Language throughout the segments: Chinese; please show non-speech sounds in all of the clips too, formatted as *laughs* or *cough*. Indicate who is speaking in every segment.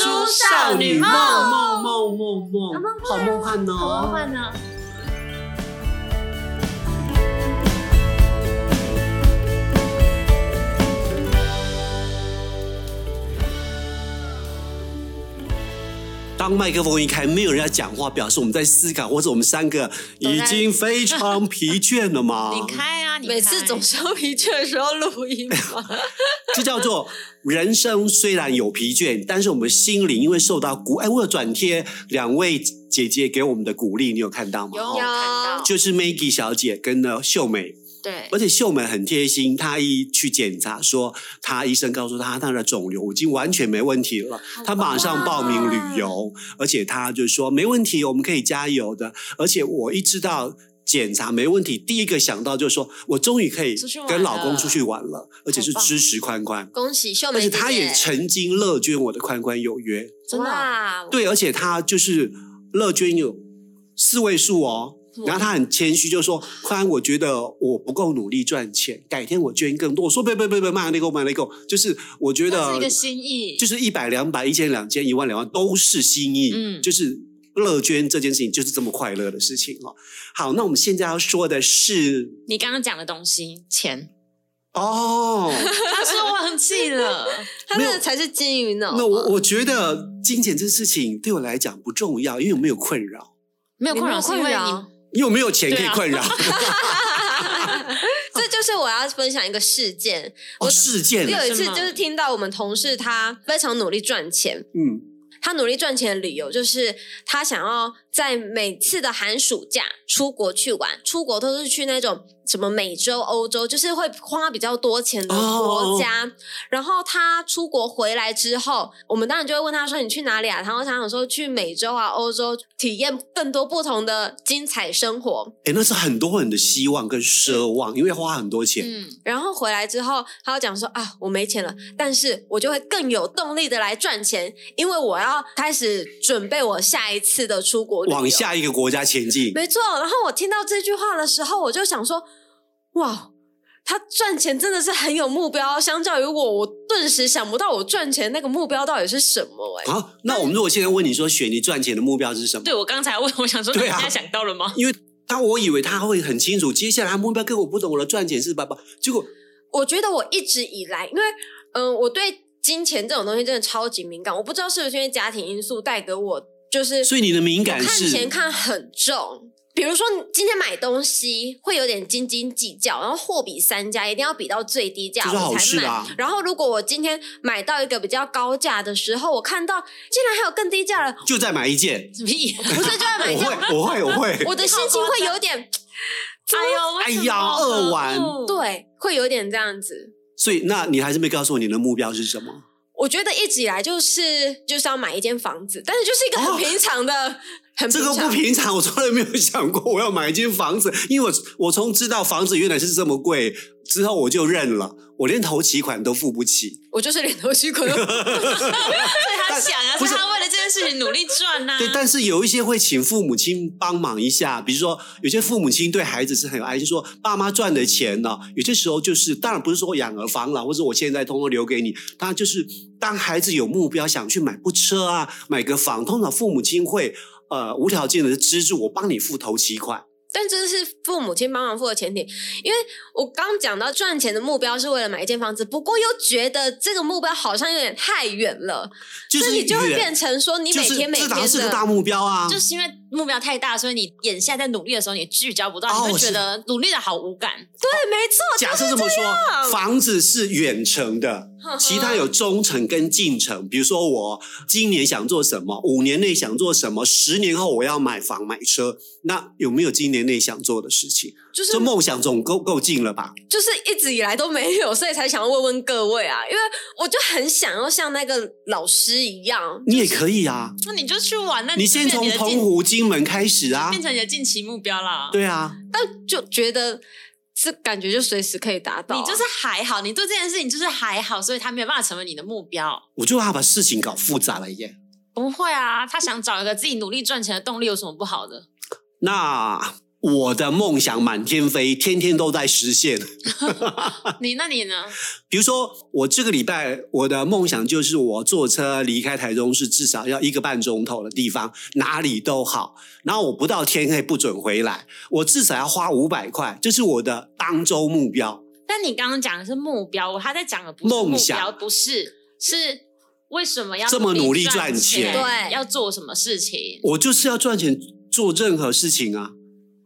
Speaker 1: 少女梦
Speaker 2: 梦梦梦梦
Speaker 1: 梦，
Speaker 2: 好梦幻哦！
Speaker 1: 好梦幻呢。
Speaker 2: 当麦克风一开，没有人要讲话，表示我们在思考，或者我们三个已经非常疲倦了
Speaker 1: *laughs*？
Speaker 2: 嘛
Speaker 3: 你开啊，你
Speaker 4: 每次
Speaker 3: 开
Speaker 4: 总是要疲倦的时候录音嘛，
Speaker 2: 这叫做人生虽然有疲倦，但是我们心灵因为受到鼓。哎，我有转贴两位姐姐给我们的鼓励，你有看到吗？
Speaker 3: 有
Speaker 2: 哦
Speaker 3: 我看到，
Speaker 2: 就是 Maggie 小姐跟呢秀美，
Speaker 4: 对
Speaker 2: 而且秀美很贴心，她一去检查说，她医生告诉她她的肿瘤已经完全没问题了，她马上报名
Speaker 4: 啊
Speaker 2: 旅游，而且她就说没问题，我们可以加油的。而且我一知道检查没问题，第一个想到就是说我终于可以
Speaker 4: 出去玩
Speaker 2: 跟老公
Speaker 4: 了
Speaker 2: 出去玩了，而且是支持宽宽。
Speaker 4: *laughs* 恭喜秀
Speaker 2: 而
Speaker 4: 梅
Speaker 2: 且
Speaker 4: 姐姐，
Speaker 2: 她也曾经乐捐我的宽宽有约，
Speaker 3: 真的啊
Speaker 4: 哇，
Speaker 2: 对，而且她就是乐捐有四位数哦，然后她很谦虚，就说：“宽，我觉得我不够努力赚钱，改天我捐更多。”我说：“别别别别，慢那个慢那个，就是我觉
Speaker 3: 这是
Speaker 2: 得
Speaker 3: 一个心意，
Speaker 2: 就是一百两百一千两千一万两万都是心意，
Speaker 3: 嗯
Speaker 2: 就是乐捐这件事情就是这么快乐的事情哦。好，那我们现在要说的是
Speaker 3: 你刚刚讲的东西，钱，
Speaker 2: 哦，
Speaker 3: 他是忘记了，
Speaker 4: 他那个才是金鱼脑嘛。
Speaker 2: 那
Speaker 3: 啊
Speaker 2: 我我觉得金钱这事情对我来讲不重要，因为我没有困扰，
Speaker 3: *laughs* 没有
Speaker 4: 你
Speaker 3: 困
Speaker 4: 没
Speaker 3: 扰
Speaker 4: 有
Speaker 3: 是因
Speaker 4: 困
Speaker 3: 为
Speaker 4: 扰
Speaker 3: 你，
Speaker 2: 因为我没有钱可
Speaker 3: 对
Speaker 2: 以
Speaker 3: 啊 *laughs*
Speaker 2: 困扰。
Speaker 4: 这就是我要分享一个事件。
Speaker 2: 哦，事件啊，
Speaker 4: 有一次
Speaker 3: 什么
Speaker 4: 就是听到我们同事他非常努力赚钱，
Speaker 2: 嗯，
Speaker 4: 他努力赚钱的理由就是他想要在每次的寒暑假出国去玩，出国都是去那种什么美洲、欧洲，就是会花比较多钱的
Speaker 2: 哦
Speaker 4: 国家。然后他出国回来之后，我们当然就会问他说：“你去哪里啊？”然后他想说去美洲啊、欧洲，体验更多不同的精彩生活。
Speaker 2: 哎，那是很多人的希望跟奢望，因为花很多钱。
Speaker 3: 嗯，
Speaker 4: 然后回来之后，他就讲说啊，我没钱了，但是我就会更有动力的来赚钱，因为我要开始准备我下一次的出国旅游。
Speaker 2: 往下一个国家前进。
Speaker 4: 没错。然后我听到这句话的时候，我就想说，哇，他赚钱真的是很有目标。相较于我，我顿时想不到我赚钱那个目标到底是什么、哎、
Speaker 2: 好，那我们如果现在问你说，雪你赚钱的目标是什么？
Speaker 3: 对我刚才问，我想说，你
Speaker 2: 对啊
Speaker 3: 现在想到了吗？
Speaker 2: 因为他我以为他会很清楚，接下来他目标跟我不懂我的赚钱是爸爸，结果
Speaker 4: 我觉得我一直以来，因为嗯、呃我对金钱这种东西真的超级敏感，我不知道是不是因为家庭因素带给我，就是
Speaker 2: 所以你的敏
Speaker 4: 我
Speaker 2: 感
Speaker 4: 看钱
Speaker 2: 是
Speaker 4: 看很重。比如说，你今天买东西会有点斤斤计较，然后货比三家，一定要比到最低价
Speaker 2: 这是
Speaker 4: 我
Speaker 2: 好
Speaker 4: 才
Speaker 2: 事
Speaker 4: 买。
Speaker 2: 啊。
Speaker 4: 然后，如果我今天买到一个比较高价的时候，我看到竟然还有更低价了，
Speaker 2: 就再买一件，
Speaker 3: 屁呀！
Speaker 4: 不是就要
Speaker 2: 我
Speaker 4: *laughs* 买掉，
Speaker 2: 会，我会，我会。
Speaker 4: *laughs* 我的心情会有点
Speaker 3: 哎呦，
Speaker 2: 哎呀二
Speaker 3: 哦
Speaker 2: 完
Speaker 4: 对，会有点这样子。
Speaker 2: 所以，那你还是没告诉我你的目标是什么？
Speaker 4: 我觉得一直以来就是就是要买一间房子，但是就是一个
Speaker 2: 哦
Speaker 4: 很平常的，很
Speaker 2: 这
Speaker 4: 平
Speaker 2: 个
Speaker 4: 常
Speaker 2: 不平常，我从来没有想过我要买一间房子，因为我我从知道房子原来是这么贵之后，我就认了，我连头期款都付不起。
Speaker 4: 我就是脸头虚款。
Speaker 2: *laughs*
Speaker 3: 对他想啊，所
Speaker 2: 不
Speaker 3: 以
Speaker 2: 是
Speaker 3: 他为了这件事情努力赚啊呐。
Speaker 2: 对，但是有一些会请父母亲帮忙一下，比如说有些父母亲对孩子是很有爱心，说爸妈赚的钱呢、有些时候就是当然不是说养儿防老，或者我现在通通留给你，当然就是当孩子有目标想去买部车啊，买个房，通常父母亲会呃无条件的资助，我帮你付头期款。
Speaker 4: 但这是父母亲帮忙付的前提，因为我刚讲到赚钱的目标是为了买一间房子，不过又觉得这个目标好像有点太远了，
Speaker 2: 就
Speaker 4: 那
Speaker 2: 是
Speaker 4: 你就会
Speaker 2: 远
Speaker 4: 变成说你
Speaker 2: 就
Speaker 4: 每
Speaker 2: 是
Speaker 4: 天每
Speaker 2: 这
Speaker 4: 天
Speaker 2: 当然是个
Speaker 4: 的，
Speaker 2: 大目标啊，
Speaker 3: 就是因为目标太大，所以你眼下在努力的时候，你聚焦不到，
Speaker 2: 哦
Speaker 3: 你会觉得努力的好无感。
Speaker 4: 对，没错，
Speaker 2: 假设这么说，房子是远程的，
Speaker 3: *laughs*
Speaker 2: 其他有中程跟近程。比如说，我今年想做什么，五年内想做什么，十年后我要买房买车，那有没有今年内想做的事情？
Speaker 4: 就是
Speaker 2: 这梦想总够够近了吧？
Speaker 4: 就是一直以来都没有，所以才想要问问各位啊，因为我就很想要像那个老师一样，
Speaker 2: 你也可以啊，
Speaker 3: 那你就去玩，那
Speaker 2: 你
Speaker 3: 就
Speaker 2: 先
Speaker 3: 变成
Speaker 2: 从
Speaker 3: 你的
Speaker 2: 澎
Speaker 3: 近
Speaker 2: 湖、金门开始啊
Speaker 3: 变。成你的近期目标啦。
Speaker 2: 对啊，
Speaker 4: 但就觉得是感觉就随时可以达到啊、
Speaker 3: 你就是还好，你对这件事情就是还好，所以他没有办法成为你的目标。
Speaker 2: 我就怕把事情搞复杂了耶。
Speaker 3: 不会啊，他想找一个自己努力赚钱的动力有什么不好的？
Speaker 2: 那我的梦想满天飞，天天都在实现。啊
Speaker 3: 你那你呢？
Speaker 2: 比如说，我这个礼拜我的梦想就是我坐车离开台中市至少要一个半钟头的地方，哪里都好。然后我不到天黑不准回来，我至少要花五百块，这是我的当周目标。
Speaker 3: 但你刚刚讲的是目标，我他在讲的不是
Speaker 2: 梦
Speaker 3: 目标，
Speaker 2: 想
Speaker 3: 不是是为什么要
Speaker 2: 这么努力
Speaker 3: 赚
Speaker 2: 赚钱
Speaker 4: 对
Speaker 3: 要做什么事情？
Speaker 2: 我就是要赚钱做任何事情啊，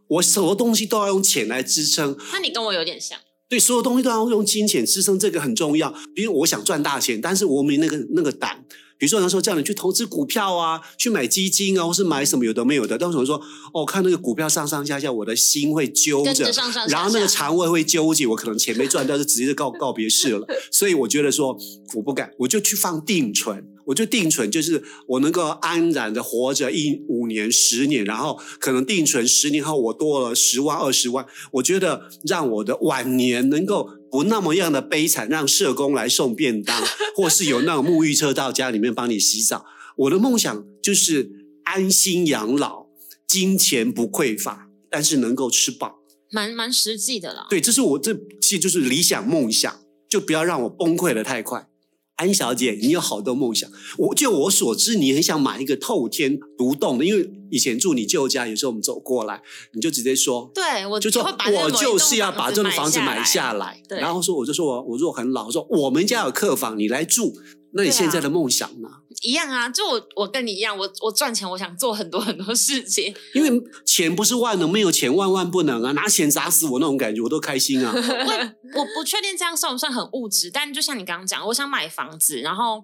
Speaker 2: 我什么东西都要用钱来支撑。
Speaker 3: 那你跟我有点像，
Speaker 2: 对，所有东西都要用金钱支撑，这个很重要。比如我想赚大钱，但是我没那个那个胆。比如说，那时候叫你去投资股票啊，去买基金啊，或是买什么有的没有的。但是我说，哦，看那个股票上上下下，我的心会揪
Speaker 3: 跟
Speaker 2: 着
Speaker 3: 着，上上下下，
Speaker 2: 然后那个肠胃会纠结，我可能钱没赚到，就直接就告告别式了。所以我觉得说，我不敢，我就去放定存，我就定存，就是我能够安然的活着一五年、十年，然后可能定存十年后我多了十万、二十万，我觉得让我的晚年能够。不那么样的悲惨，让社工来送便当，或是有那种沐浴车到家里面帮你洗澡。我的梦想就是安心养老，金钱不匮乏，但是能够吃饱。
Speaker 3: 蛮蛮实际的啦。
Speaker 2: 对，这是我这其实就是理想梦想，就不要让我崩溃的太快。安小姐，你有好多梦想。我就我所知，你很想买一个透天独栋的，因为以前住你舅家，有时候我们走过来，你就直接说，
Speaker 3: 对，我
Speaker 2: 就说
Speaker 3: 会把那
Speaker 2: 我
Speaker 3: 某一
Speaker 2: 就是要把这
Speaker 3: 栋
Speaker 2: 栋房子买
Speaker 3: 下
Speaker 2: 下来。
Speaker 3: 对
Speaker 2: 然后说我就说我我若很老，我说我们家有客房，你来住。那你
Speaker 3: 对啊
Speaker 2: 现在的梦想呢？
Speaker 3: 一样啊。就我我跟你一样，我我赚钱，我想做很多很多事情。
Speaker 2: 因为钱不是万能，没有钱万万不能啊！拿钱砸死我那种感觉，我都开心啊。 *laughs*
Speaker 3: 我不确定这样算不算很物质，但就像你刚刚讲，我想买房子，然后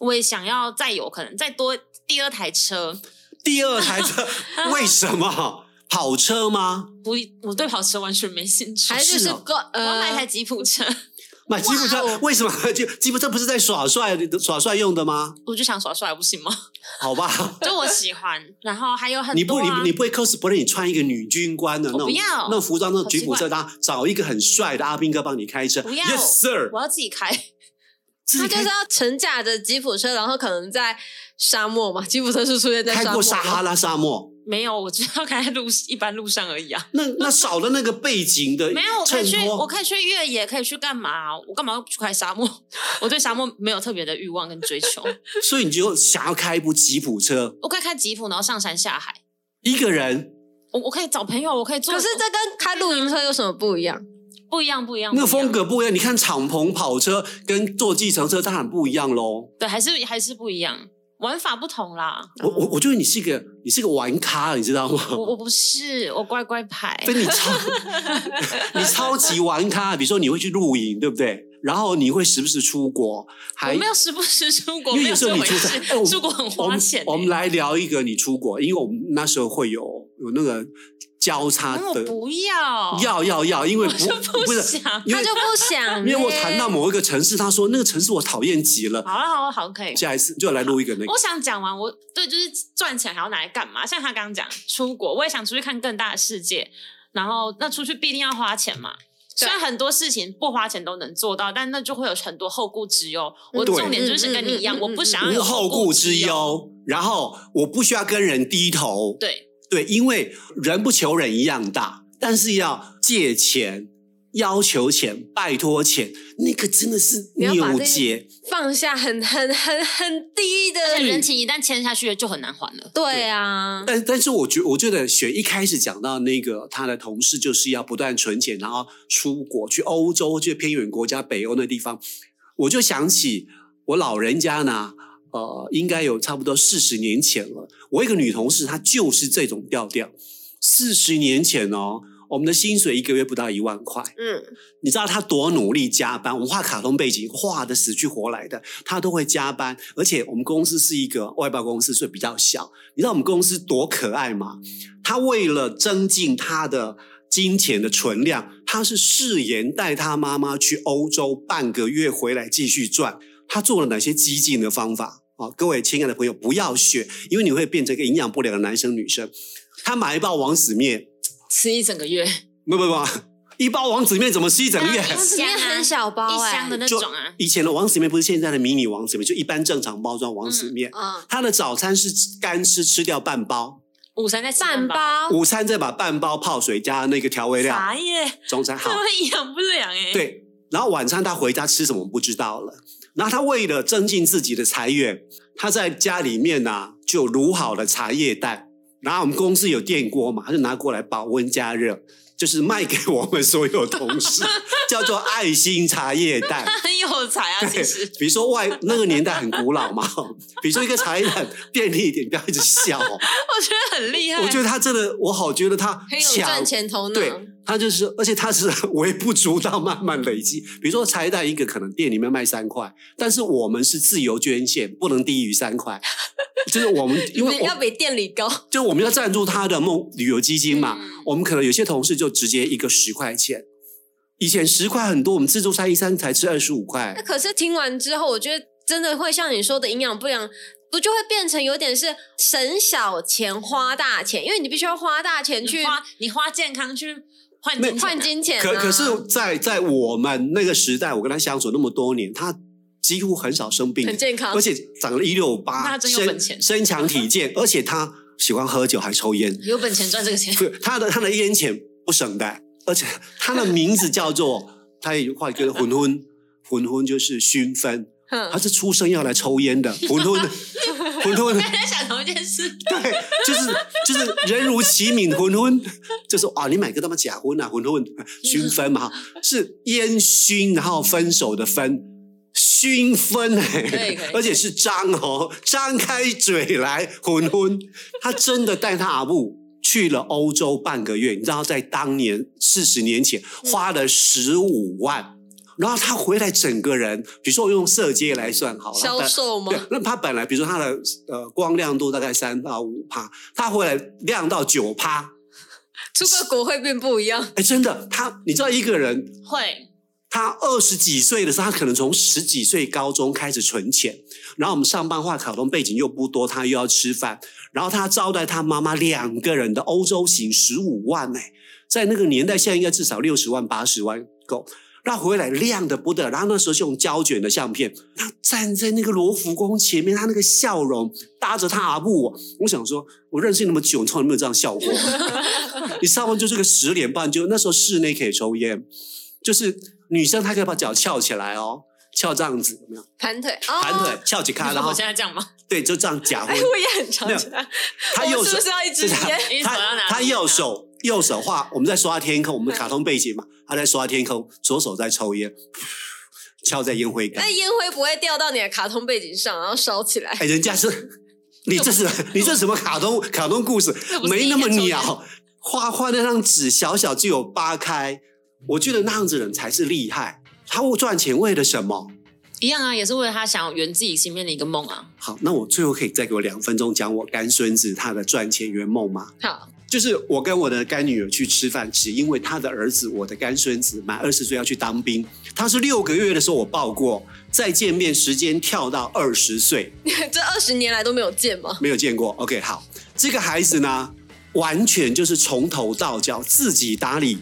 Speaker 3: 我也想要再有可能再多第二台车。
Speaker 2: 第二台
Speaker 3: *laughs*
Speaker 2: 车为什么跑车吗？
Speaker 3: 不，我对跑车完全没兴趣。
Speaker 4: 还是就是
Speaker 2: 哦
Speaker 4: 够
Speaker 3: 我要买一台
Speaker 4: 呃，
Speaker 3: 吉普车，
Speaker 2: 买吉普车
Speaker 4: 哇哦
Speaker 2: 为什么？ *laughs* 就吉普车不是在耍帅耍帅用的吗？
Speaker 3: 我就想耍帅，不行吗？
Speaker 2: 好吧，
Speaker 3: *laughs* 就我喜欢，然后还有很
Speaker 2: 你
Speaker 3: 多、
Speaker 2: 不
Speaker 3: 啊。
Speaker 2: 你你不会 cosplay，你穿一个女军官的那
Speaker 3: 我不
Speaker 2: 种
Speaker 3: 要
Speaker 2: 那种服装，那种
Speaker 3: 好
Speaker 2: 吉
Speaker 3: 奇
Speaker 2: 普车，
Speaker 3: 怪
Speaker 2: 然后找一个很帅的阿兵哥帮你开车。
Speaker 3: 不要
Speaker 2: Yes sir，
Speaker 3: 我要自己开，
Speaker 2: 自
Speaker 4: 他
Speaker 2: 己
Speaker 4: 就是
Speaker 2: 开
Speaker 4: 要乘驾着吉普车，然后可能在沙漠嘛，吉普车是出现在
Speaker 2: 开
Speaker 4: 沙
Speaker 2: 过
Speaker 4: 漠
Speaker 2: 撒
Speaker 4: 嘛。
Speaker 2: 哈拉沙漠，
Speaker 3: 没有，我就要开在路一般路上而已啊。 *laughs*
Speaker 2: 那那少了那个背景的
Speaker 3: 没有，我可
Speaker 2: 衬
Speaker 3: 以去，我
Speaker 2: 托。
Speaker 3: 可以去越野，可以去干嘛？啊我干嘛要去开沙漠？ *laughs* 我对沙漠没有特别的欲望跟追求。
Speaker 2: 所以你就想要开一部吉普车，
Speaker 3: 我可以开吉普，然后上山下海。
Speaker 2: 一个人
Speaker 3: 我我可以找朋友，我可以做。
Speaker 4: 可是这跟开露营车有什么不一样？
Speaker 3: 不一样，不一样，
Speaker 2: 那个
Speaker 3: 不一样
Speaker 2: 风格不一样。你看敞篷跑车跟坐计程车当然不一样喽。
Speaker 3: 对，还是还是不一样，玩法不同啦。
Speaker 2: 我我我觉得你是一个你是个玩咖，你知道吗？
Speaker 3: 哦
Speaker 2: *laughs*
Speaker 3: 我我不是，我乖乖牌。
Speaker 2: 所以你超你超级玩咖，比如说你会去露营，对不对？然后你会时不时出国，还
Speaker 3: 我没有时不时出国，
Speaker 2: 因
Speaker 3: 没
Speaker 2: 为有时候
Speaker 3: 这
Speaker 2: 你
Speaker 3: 回
Speaker 2: 出差，哎
Speaker 3: 事。出国很花钱欸。
Speaker 2: 我们。我们来聊一个你出国，因为我们那时候会有有那个交叉
Speaker 3: 那我
Speaker 2: 的，
Speaker 3: 不要，
Speaker 2: 要要
Speaker 3: *laughs*
Speaker 2: 要，因为不
Speaker 3: 哦就不
Speaker 2: 是，
Speaker 3: 想。
Speaker 2: 因
Speaker 4: 他
Speaker 2: 为
Speaker 4: 就不想
Speaker 2: *laughs* 因
Speaker 4: 呢，
Speaker 2: 为我谈到某一个城市，他说那个城市我讨厌极了，
Speaker 3: 好了，啊好了，好，可以。
Speaker 2: 下一次就来录一个那个。
Speaker 3: 我想讲完，我对就是赚钱还要拿来干嘛？像他刚刚讲出国，我也想出去看更大的世界。然后那出去必定要花钱嘛。虽然很多事情不花钱都能做到，但那就会有很多后顾之忧。我
Speaker 2: 对
Speaker 3: 重点就是跟你一样，
Speaker 4: 嗯嗯嗯
Speaker 3: 我不想要
Speaker 2: 无
Speaker 3: 有
Speaker 2: 后
Speaker 3: 顾
Speaker 2: 顾之。忧，然后我不需要跟人低头，
Speaker 3: 对，
Speaker 2: 对，因为人不求人一样大，但是要借钱、要求钱、拜托钱，那个真的是
Speaker 4: 你要把
Speaker 2: 扭
Speaker 4: 这
Speaker 2: 结。
Speaker 4: 放下很很很很低的
Speaker 3: 而且人情一旦签下去了，就很难还了。
Speaker 4: 对啊，
Speaker 2: 但但是我觉我觉得雪一开始讲到那个他的同事就是要不断存钱，然后出国去欧洲去偏远国家北欧那地方，我就想起我老人家呢，呃，应该有差不多四十年前了。我一个女同事，她就是这种调调。四十年前哦，我们的薪水一个月不到一万块。
Speaker 4: 嗯，
Speaker 2: 你知道他多努力加班？我们画卡通背景画的死去活来的，他都会加班。而且我们公司是一个外包公司，所以比较小。你知道我们公司多可爱吗？他为了增进他的金钱的存量，他是誓言带他妈妈去欧洲半个月回来继续赚。他做了哪些激进的方法？啊、各位亲爱的朋友，不要学，因为你会变成一个营养不良的男生女生。他买一包王子面，
Speaker 3: 吃一整个月，
Speaker 2: 不不不，一包王子面怎么吃一整月？
Speaker 3: 那一
Speaker 4: 里
Speaker 3: 箱啊
Speaker 4: 面很小包
Speaker 3: 一
Speaker 4: 哎，
Speaker 3: 箱的那
Speaker 2: 就
Speaker 3: 种啊。
Speaker 2: 以前的王子面不是现在的迷你王子面，就一般正常包装王子面。
Speaker 4: 嗯，
Speaker 2: 他的早餐是干吃吃掉半包，
Speaker 3: 午餐再吃
Speaker 4: 饭
Speaker 3: 包，
Speaker 4: *laughs* 包，
Speaker 2: 午餐再把半包泡水加那个调味料，
Speaker 3: 啥耶？ *laughs*
Speaker 2: 中餐
Speaker 3: 他
Speaker 2: 好。
Speaker 3: 会营养不良哎。，
Speaker 2: 对，然后晚餐他回家吃什么不知道了。然后他为了增进自己的财源，他在家里面呢、啊就卤好了茶叶蛋，然后我们公司有电锅嘛，他就拿过来保温加热，就是卖给我们所有同事，叫做爱心茶叶蛋。
Speaker 3: 他 *laughs* 很有才啊，其
Speaker 2: 对 *laughs*
Speaker 3: 实，
Speaker 2: 比如说外那个年代很古老嘛， *laughs* 比如说一个茶叶蛋便利一点，不要一直笑、哦。
Speaker 3: 我觉得很厉害。
Speaker 4: 啊
Speaker 2: 我觉得他真的，我好觉得他
Speaker 4: 很有
Speaker 2: 抢
Speaker 4: 赚钱头脑。
Speaker 2: 对，他就是，而且他是微不足道，慢慢累积。比如说，茶叶蛋一个可能店里面卖三块，但是我们是自由捐献，不能低于三
Speaker 4: *laughs*
Speaker 2: 块。就是我们，因为
Speaker 4: 你要
Speaker 2: 我
Speaker 4: 比店里高。 *laughs*
Speaker 2: 就我们要赞助他的梦旅游基金嘛，
Speaker 3: 嗯
Speaker 2: 我们可能有些同事就直接一个十块钱。以前十块很多，我们自助餐一餐才吃二十五块
Speaker 4: 那。可是听完之后，我觉得真的会像你说的营养不良，不就会变成有点是省小钱花大钱，因为你必须要花大钱
Speaker 3: 你
Speaker 4: 去
Speaker 3: 花你花健康去换金钱啊
Speaker 4: 换金钱、啊。
Speaker 2: 可可是在，在我们那个时代，我跟他相处那么多年，他几乎很少生病，
Speaker 4: 很健康
Speaker 2: 而，且长了一六
Speaker 3: 那
Speaker 2: 八，
Speaker 3: 真有本钱
Speaker 2: 身身强体健，而且他喜欢喝酒还抽烟，
Speaker 3: 有本钱赚这个钱，
Speaker 2: 对他的他的烟钱不省的，而且他的名字叫做他有一句话叫做混混，混混就是熏分，他
Speaker 4: 哼
Speaker 2: 是出生要来抽烟的混混，混混
Speaker 3: 大家想同一件事，
Speaker 2: 对，就是就是人如其名，混混就是啊，你买个他妈假婚啊，混混
Speaker 3: *laughs*
Speaker 2: 熏分嘛，哈是烟熏，然后分手的分。熏分哎、
Speaker 3: 可以可以
Speaker 2: 而且是张哦，张开嘴来混混，他真的带他阿布去了欧洲半个月，你知道，在当年四十年前
Speaker 3: 嗯
Speaker 2: 花了十五万，然后他回来整个人，比如说我用色阶来算好了，
Speaker 4: 销
Speaker 2: 但
Speaker 4: 售
Speaker 2: 对啊
Speaker 4: 吗？，
Speaker 2: 那它本来比如说它的呃光亮度大概三到五帕，它回来亮到九帕，
Speaker 4: 出个国会变不一样，
Speaker 2: 哎，真的，他你知道一个人
Speaker 3: 会
Speaker 2: 他二十几岁的时候，他可能从十几岁高中开始存钱，然后我们上班化考中背景又不多，他又要吃饭，然后他招待他妈妈两个人的欧洲行十五万呢、在那个年代，现在应该至少六十万八十万够。那回来亮的不得，然后那时候是用胶卷的相片，他站在那个罗浮宫前面，他那个笑容搭着他阿布哦，我想说，我认识你那么久，你从来没有这样笑过。 *laughs* 你上班就是个十点半就那时候室内可以抽烟，就是女生她可以把脚翘起来哦，翘这样子有没有？
Speaker 4: 盘腿，
Speaker 2: 盘腿
Speaker 4: 哦。
Speaker 2: 翘起看，然后
Speaker 3: 我现在这样 *laughs* 吗？
Speaker 2: 对，就这样假
Speaker 4: 哎，
Speaker 2: 婚。
Speaker 4: 我也很常
Speaker 2: 没有
Speaker 4: 这样。
Speaker 2: 他右
Speaker 4: 我是
Speaker 2: 手
Speaker 4: 不是要一支
Speaker 2: 是他
Speaker 4: 烟？
Speaker 3: 一手要拿
Speaker 2: 他他
Speaker 3: 着
Speaker 2: 右
Speaker 3: 拿
Speaker 2: 手右手画，我们在刷天空，
Speaker 3: *laughs*
Speaker 2: 我们卡通背景嘛，他在刷天空，左手在抽烟，翘在烟灰缸
Speaker 4: 那。烟灰不会掉到你的卡通背景上，然后烧起来？
Speaker 2: 哎，人家是，
Speaker 3: *laughs*
Speaker 2: 你这是你这什么卡通卡通故事
Speaker 3: 这不？是
Speaker 2: 没那么
Speaker 3: 一个抽
Speaker 2: 鸟，画画那张纸小小就有八开，我觉得那样子人才是厉害。他赚钱为了什么？
Speaker 3: 一样啊，也是为了他想要圆自己心里面的一个梦啊。
Speaker 2: 好，那我最后可以再给我两分钟讲我干孙子他的赚钱圆梦吗？
Speaker 4: 好， *laughs*
Speaker 2: 就是我跟我的干女儿去吃饭，只因为她的儿子，我的干孙子满二十岁要去当兵。他是六个月的时候我报过，再见面时间跳到二十岁，
Speaker 4: 这二十年来都没有见吗？
Speaker 2: 没有见过。OK，好，这个孩子呢，完全就是从头到脚自己打理，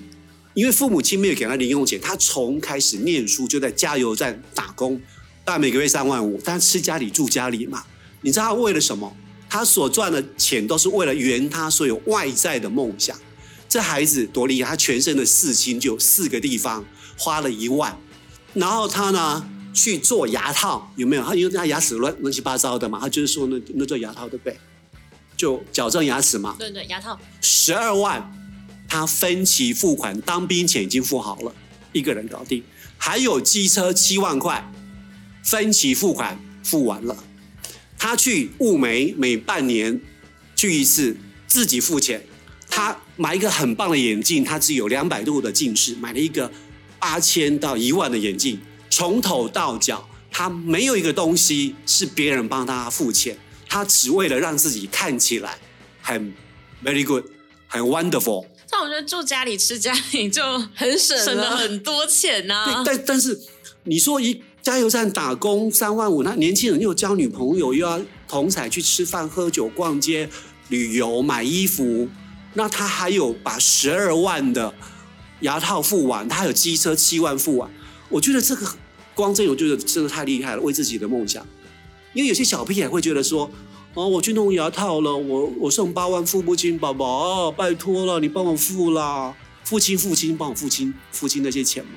Speaker 2: 因为父母亲没有给他零用钱，他从开始念书就在加油站打工，大概每个月三万五，但吃家里住家里嘛。你知道他为了什么？他所赚的钱都是为了圆他所有外在的梦想。这孩子多厉害，他全身的刺青就有四个地方，花了一万。然后他呢去做牙套，有没有？他因为他牙齿乱乱七八糟的嘛，他就是说那那做牙套对不对？就矫正牙齿嘛，
Speaker 3: 对对，牙套
Speaker 2: 十二万，他分期付款，当兵前已经付好了，一个人搞定。还有机车七万块，分期付款付完了。他去雾眉每半年去一次，自己付钱。他买一个很棒的眼镜，他只有两百度的近视，买了一个八千到一万的眼镜，从头到脚，他没有一个东西是别人帮他付钱，他只为了让自己看起来很 very good，很 wonderful。
Speaker 3: 但我觉得住家里吃家里就
Speaker 4: 很省
Speaker 3: 省了
Speaker 4: 啊
Speaker 3: 很多钱 *laughs*
Speaker 2: 对
Speaker 3: 呐、，
Speaker 2: 但但是你说一加油站打工三万五，那年轻人又交女朋友，又要同彩去吃饭、喝酒、逛街、旅游、买衣服，那他还有把十二万的牙套付完，他还有机车七万付完，我觉得这个光这个我觉得真的太厉害了，为自己的梦想。因为有些小屁孩会觉得说，哦，我去弄牙套了，我我剩八万付不清，宝宝，拜托了，你帮我付啦，付清付清，帮我付清付清那些钱嘛。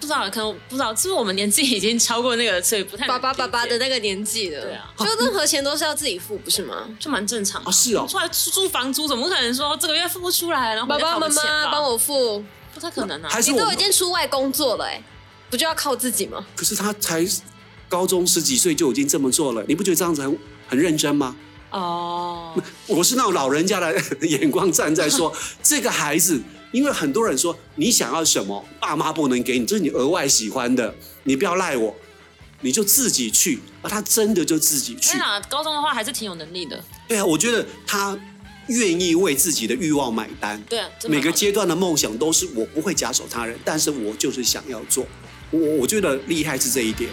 Speaker 3: 不知道，可能不知道，是不是我们年纪已经超过那个，所以不太能
Speaker 4: 爸爸爸爸
Speaker 3: 理解
Speaker 4: 的那个年纪了，
Speaker 3: 对啊
Speaker 4: 就任何钱都是要自己付，不是吗？
Speaker 3: 就蛮正常的
Speaker 2: 啊是哦
Speaker 3: 出来租租房租，怎么可能说这个月付不出来，然后
Speaker 4: 爸爸妈妈帮
Speaker 3: 我，
Speaker 4: 我付，
Speaker 3: 不太可能啊
Speaker 2: 还。是
Speaker 4: 你
Speaker 2: 我
Speaker 4: 都
Speaker 2: 们
Speaker 4: 已经出外工作了、哎，不就要靠自己吗？
Speaker 2: 可是他才高中十几岁就已经这么做了，你不觉得这样子很很认真吗？
Speaker 3: 哦，
Speaker 2: 我是那种老人家的眼光站
Speaker 3: *laughs*
Speaker 2: 在说，这个孩子，因为很多人说你想要什么，爸妈不能给你，这是你额外喜欢的，你不要赖我，你就自己去。啊，他真的就自己去
Speaker 3: 天。哪，高中的话还是挺有能力的，
Speaker 2: 对啊，我觉得他愿意为自己的欲望买单。
Speaker 3: 对啊，这蛮
Speaker 2: 每个
Speaker 3: 好的
Speaker 2: 阶段的梦想都是我不会假手他人，但是我就是想要做。我我觉得厉害是这一点。